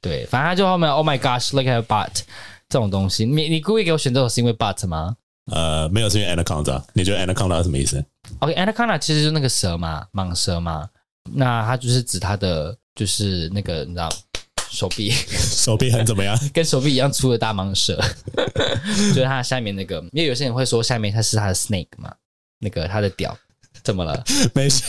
对，反正它就后面 Oh my gosh，look at your butt 这种东西，你你故意给我选这首是因为 butt 吗？
呃，没有，是因为 anaconda。你觉得 anaconda 是什么意思？
OK，anaconda、其实就是那个蛇嘛，蟒蛇嘛。那它就是指它的，就是那个你知道，手臂
手臂很怎么样？
跟手臂一样粗的大蟒蛇， 就是它下面那个。因为有些人会说下面它是它的 snake 嘛，那个它的屌。怎么了？
没事。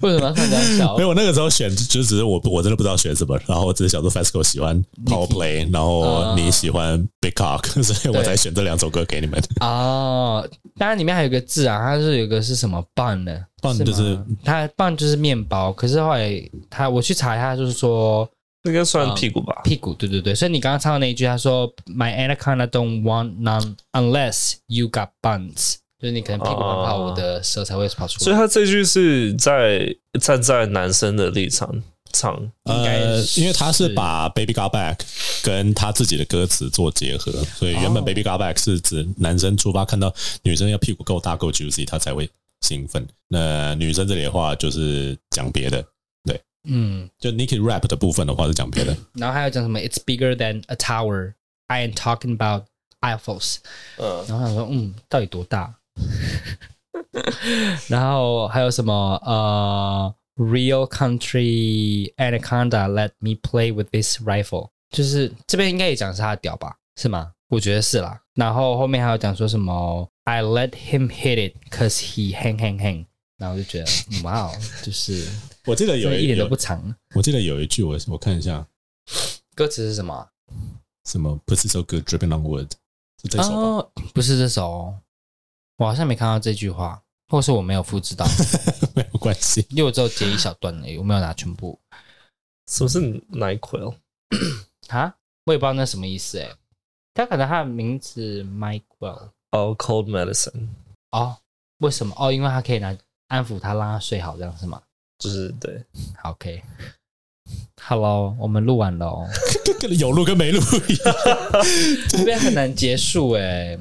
为什么要看这样笑
没？有，我那个时候选就只是我我真的不知道选什么，然后我只是想说 FESCO 喜欢 Power Play，然后你喜欢 Big Cock，所以我才选这两首歌给你们。
哦，当然里面还有一个字啊，它是有一个是什么 bun 呢
bun
吗
就是
它 bun 就是面包。可是后来它我去查一下，就是说
应该算屁股吧？
屁股，对对对，所以你刚刚唱的那一句，他说 My anaconda don't want none unless you got buns，就是你可能屁股很怕
哦
我的蛇才会跑出
所以
来。
他这句是在站在男生的立场唱。
应该
呃，
是
因为他是把 Baby Got Back 跟他自己的歌词做结合，所以原本
哦
Baby Got Back 是指男生出发看到女生要屁股够大够 juicy，他才会兴奋。那女生这里的话就是讲别的，
嗯，
就 Nicki rap 的部分的话是讲别的。
然后还有讲什么 It's bigger than a tower. I am talking about Eiffels。
嗯，
然后想说，嗯，到 底多大？然后还有什么呃 Real Country Anaconda Let Me Play with This Rifle，就是这边应该也讲是他的屌吧，是吗？我觉得是啦。然后后面还有讲说什么 I let him hit it cause he hang hang hang，然后我就觉得哇哦，就是
我记得 有
真的一
一
点都
有
不，长。
我记得有一句我我看一下，
歌词是什么啊？
什么 “Pussy so good dripping on wood”，是这首吧？
哦，不是这首哦，我好像没看到这句话，或是我没有复制 到，
没有关系，
因为我只有截一小段而已，我没有拿全部
什么是 Nyquil？
啊，我也不知道那什么意思哎。他可能他的名字 Michael
哦、c o l d medicine
哦，为什么哦？因为他可以拿安抚他，让他睡好，这样是吗？
就是对，
好，OK。好喽，我们录完了哦，
跟有录跟没录一样。
这边很难结束哎。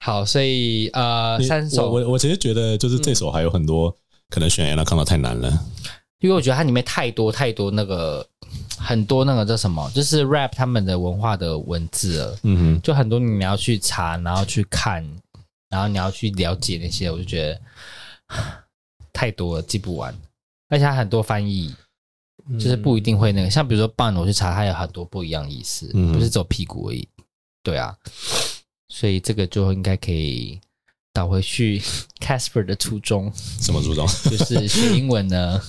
好，所以呃，
你
三首
我我我其实觉得就是这首还有很多、可能选 Anaconda 太难了。
因为我觉得它里面太多太多那个很多那个叫什么，就是 rap 他们的文化的文字了，
嗯
就很多你要去查，然后去看，然后你要去了解那些，我就觉得 太多了，记不完。而且它很多翻译，
嗯
就是不一定会那个，像比如说 ban，我去查，它有很多不一样的意思，
嗯
不是走屁股而已。对啊，所以这个就应该可以倒回去 Casper 的初衷。
哼，什么朱总？
就是学英文呢，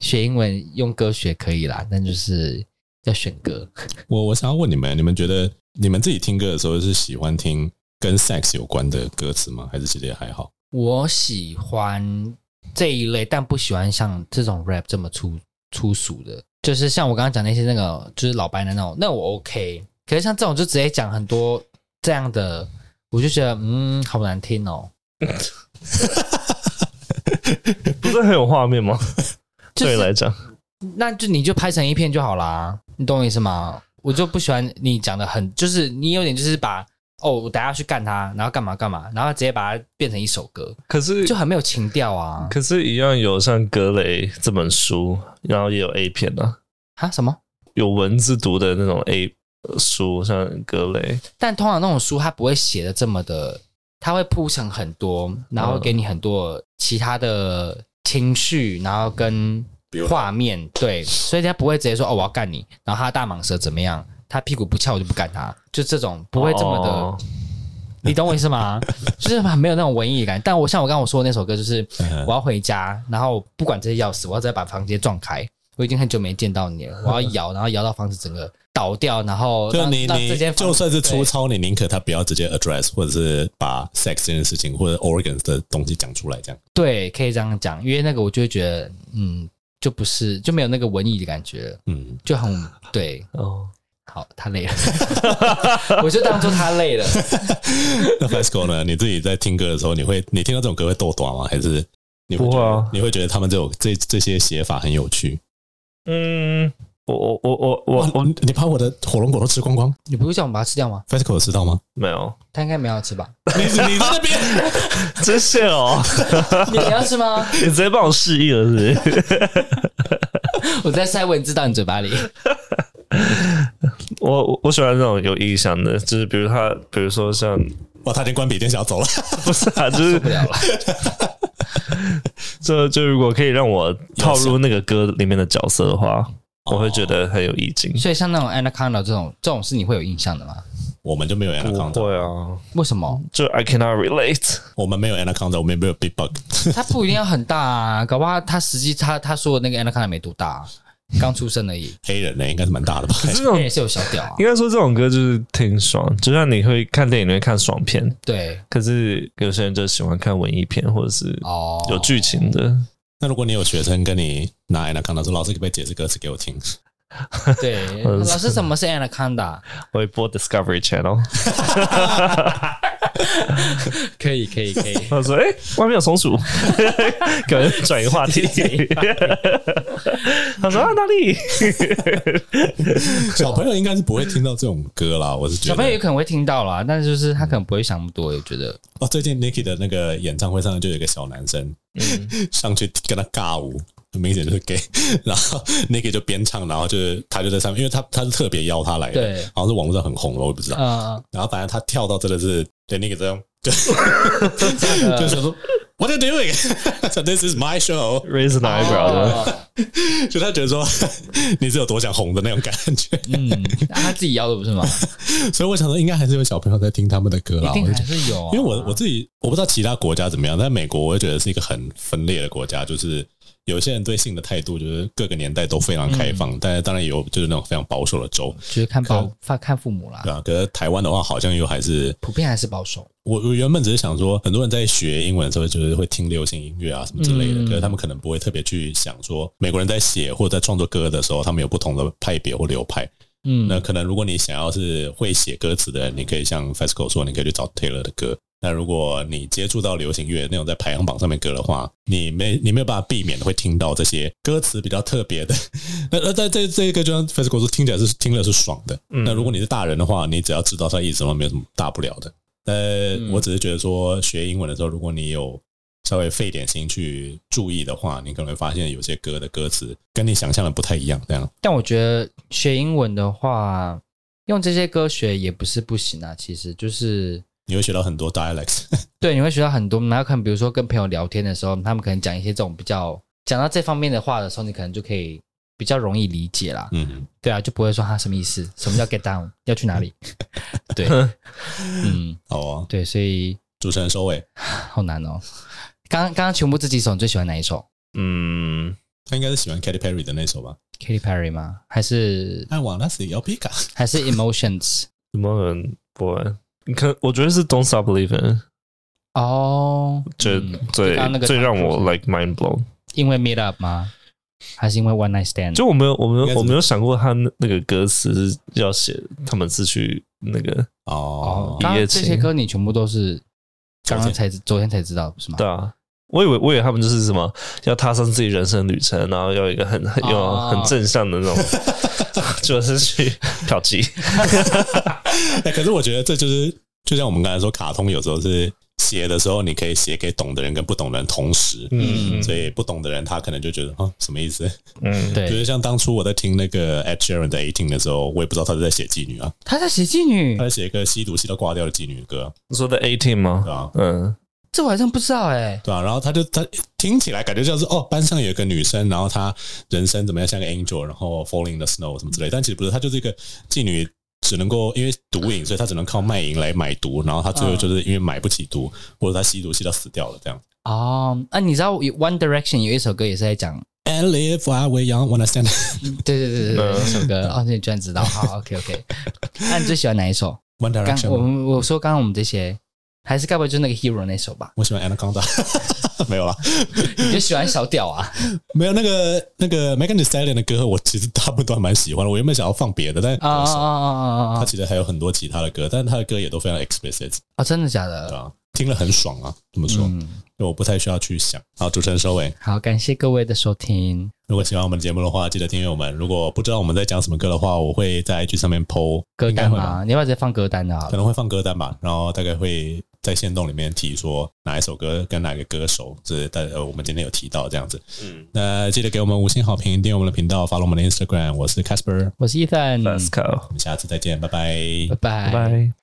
学英文用歌学可以啦，但就是要选歌。
我我想要问你们，你们觉得你们自己听歌的时候是喜欢听跟 sex 有关的歌词吗？还是其实也还好？
我喜欢这一类，但不喜欢像这种 rap 这么粗粗俗的，就是像我刚刚讲那些那个，就是老白的那种，那我 OK。可是像这种就直接讲很多这样的，我就觉得嗯，好难听哦。
不是很有画面吗？
就是
对你来讲，
那就你就拍成一片就好啦，你懂我意思吗？我就不喜欢你讲的很，就是你有点就是把哦，我等下去干他，然后干嘛干嘛，然后直接把它变成一首歌，
可是
就很没有情调啊！
可是，一样有像《格雷》这本书，然后也有 A 片啊，
啊什么？
有文字读的那种 A 书，像《格雷》。
但通常那种书它不会写的这么的，它会铺成很多，然后给你很多其他的情绪，然后跟画面，对，所以他不会直接说哦我要干你，然后他大蟒蛇怎么样，他屁股不翘我就不干他，就这种不会这么的。
哦
你懂我意思 吗？就是很没有那种文艺感。但我像我刚刚我说的那首歌，就是
嗯
我要回家，然后不管这些钥匙，我要再把房间撞开。我已经很久没见到你了，我要摇，然后摇到房子整个倒掉，然后
就
让
你
让这
你
间
就
房
算是粗
对
糙，你宁可他不要直接 address，或者是把 sex 这件事情或者 organs 的东西讲出来，这样。
对，可以这样讲，因为那个我就会觉得，嗯，就不是就没有那个文艺的感觉了，
嗯，
就很对。
哦，
好，他 累了，我就当做他累了。
那 Fasco 呢？你自己在听歌的时候，你会你听到这种歌会逗短吗？还是你会觉
不
得、
会啊
你会觉得他们这种这这些写法很有趣？
嗯，我我我我
哇
我，我
哦
你你把我的火龙果都吃光光
你不是叫我们把它吃掉吗？
，Fasco 有吃到吗？
没有，
他应该没有要吃 吧？
你你在那边，
真谢哦，
你你要吃吗？
你直接帮我示意了是不是？
我在塞文字到你嘴巴里。
我我我喜欢那种有意象的，就是比如他，比如说像
哇，他已经关笔电想要走了。
不是啊，就是
不了了。
就就如果可以让我套入那个歌里面的角色的话，
哦
我会觉得很有意境。
所以像那种 Anaconda 这种这种是你会有印象的吗？
我们就没有 anaconda，
会啊，
为什么？
就 I cannot relate。
我们没有 anaconda，我们也没有 big bug。
它不一定要很大啊，搞不好它实际它它说的那个 Anaconda 没多大、啊，刚出生而已，
黑人呢、应该是蛮大的 吧？
这种
那也是有小屌啊。
应该说这种歌就是听爽，就像你会看电影，你会看爽片，
对，
可是有些人就喜欢看文艺片或者是
哦，
有剧情的。
那如果你有学生跟你拿 anaconda 说，老师可不可以解释歌词给我 听？
对。
嗯
老师，什么是 Anaconda？
我会播 Discovery Channel，
可以，可以，可以。
他说：“哎、外面有松鼠。” 可能转移 话题。他说：“啊，哪里
小朋友应该是不会听到这种歌啦，我是觉
小
得
朋友有可能会听到啦，但是就是他可能不会想那么多，我觉得
哦，最近 Nicky 的那个演唱会上就有一个小男生、
嗯
上去跟他尬舞，很明显就是 gay。然 后 Nicky 就边唱，然后就是他就在上面，因为他他是特别邀他来的，
对
好像是网络上很红了，我也不知道。
呃，哦
然后反正他跳到真的是对 Nicky 这样，就就想说 What are you doing? So this is my show。
raise an eyebrow
哦
的，
就他觉得说 你是有多想红的那种感觉，
嗯，那
啊
他自己邀的不是吗？
所以我想说应该还是有小朋友在听他们的歌啦。
一定
我就
还是有啊、
因为我我自己我不知道其他国家怎么样，但美国我会觉得是一个很分裂的国家，就是有些人对性的态度就是各个年代都非常开放，
嗯
但是当然也有就是那种非常保守的州，
就是看保看看父母啦
对，啊。可是台湾的话，好像又还是
普遍还是保守。
我我原本只是想说，很多人在学英文的时候，就是会听流行音乐啊什么之类的，
嗯
可是他们可能不会特别去想说，美国人在写或者在创作歌的时候，他们有不同的派别或流派。
嗯，
那可能如果你想要是会写歌词的人，你可以像 FESCO 说，你可以去找 Taylor 的歌。那如果你接触到流行乐那种在排行榜上面歌的话，你没你没有办法避免会听到这些歌词比较特别的。 那那在这这个就像 FESCO 说，听起来是听了是爽的。
嗯
那如果你是大人的话，你只要知道它意思嘛，没有什么大不了的。呃，我只是觉得说，学英文的时候，如果你有稍微费点心去注意的话，你可能会发现有些歌的歌词跟你想象的不太一样。这样，
但我觉得学英文的话，用这些歌学也不是不行啊。其实就是
你会学到很多 dialects。
对，你会学到很多。然后可能比如说跟朋友聊天的时候，他们可能讲一些这种比较讲到这方面的话的时候，你可能就可以比较容易理解啦。
嗯，
对啊，就不会说他什么意思，什么叫 get down，要去哪里？对，嗯，
好啊。
对，所以
主持人收尾，
好难哦。刚刚刚全部这几首，你最喜欢哪一首
嗯，
他应该是喜欢 Katy Perry 的那首吧
？Katy Perry 吗？还是
？I wanna see your p i c a
还是 Emotions？
怎么可能不会？你看，我觉得是 Don't Stop Believing，
哦，
这
嗯
最
就刚刚那个
最让我
Tom Cruise
like mind
嗯
blown。
因为 Meet Up 吗？还是因为 One Night Stand？
就我没有，我没
应该
有，
是
我没有想过他那那个歌词是要写，他们是去那个
哦
哦，
刚
一
刚
夜
这
情
些歌你全部都是
昨
刚
天
刚才昨天才知道是吗？
对啊。我以为，我以为他们就是什么要踏上自己人生旅程，然后要有一个很很有
哦
很正向的那 种， 就是去嫖妓。
哎可是我觉得这就是，就像我们刚才说，卡通有时候是写的时候，你可以写给懂的人跟不懂的人同时。
嗯
所以不懂的人，他可能就觉得啊，什么意思？
嗯，
就
对，
是像当初我在听那个 Ed Sheeran 的《Eighteen》的时候，我也不知道他是在写妓女啊，
他在写妓女
他，在写一个吸毒吸到挂掉的妓女的歌，
你说的 eighteen 吗
对？啊，
嗯，
这我好像不知道哎。
对啊。然后他就他听起来感觉像是哦，班上有一个女生，然后她人生怎么样像个 angel，然后 falling in the snow 什么之类，但其实不是，她就是一个妓女。只能够因为毒瘾，所以她只能靠卖淫来买毒，然后她最后就是因为买不起毒，或者她吸毒吸到死掉了这样。
哦，那你知道 One Direction 有一首歌也是在讲，
And live I will young when I stand。
对对对对对，
呃
嗯
那首歌哦，那你居然知道，好，OK OK。那你最喜欢哪一首？
One
刚
Direction，
我
我
们我说刚刚我们这些，还是该不会就是那个 Hero 那 首吧？
我喜欢 Anaconda，没有啦，
你就喜欢小 屌啊？
没有那个那个 Megan Thee Stallion 的歌，我其实大部分都还蛮喜欢的。我原本想要放别的，但
啊啊啊啊啊
他
啊！
其实还有很多其他的歌，但是他的歌也都非常 explicit，
哦，真的假
对啊
的？
吧、听了很爽啊，怎么说？
嗯，
就我不太需要去想。好，主持人收尾。
好，感谢各位的收听。
如果喜欢我们的节目的话，记得订阅我们。如果不知道我们在讲什么歌的话，我会在 IG 上面 PO
歌
应该
单
会吧，
吗？你要不要直接放歌单的啊好
可
了？
能会放歌单吧，然后大概会在线动里面提说哪一首歌跟哪个歌手，这大呃我们今天有提到这样子。嗯，那记得给我们五星好评，订阅我们的频道，follow 我们的 Instagram，我是 Casper，
我是 Ethan，
Let's go，
我们下次再见，拜拜
拜拜
拜。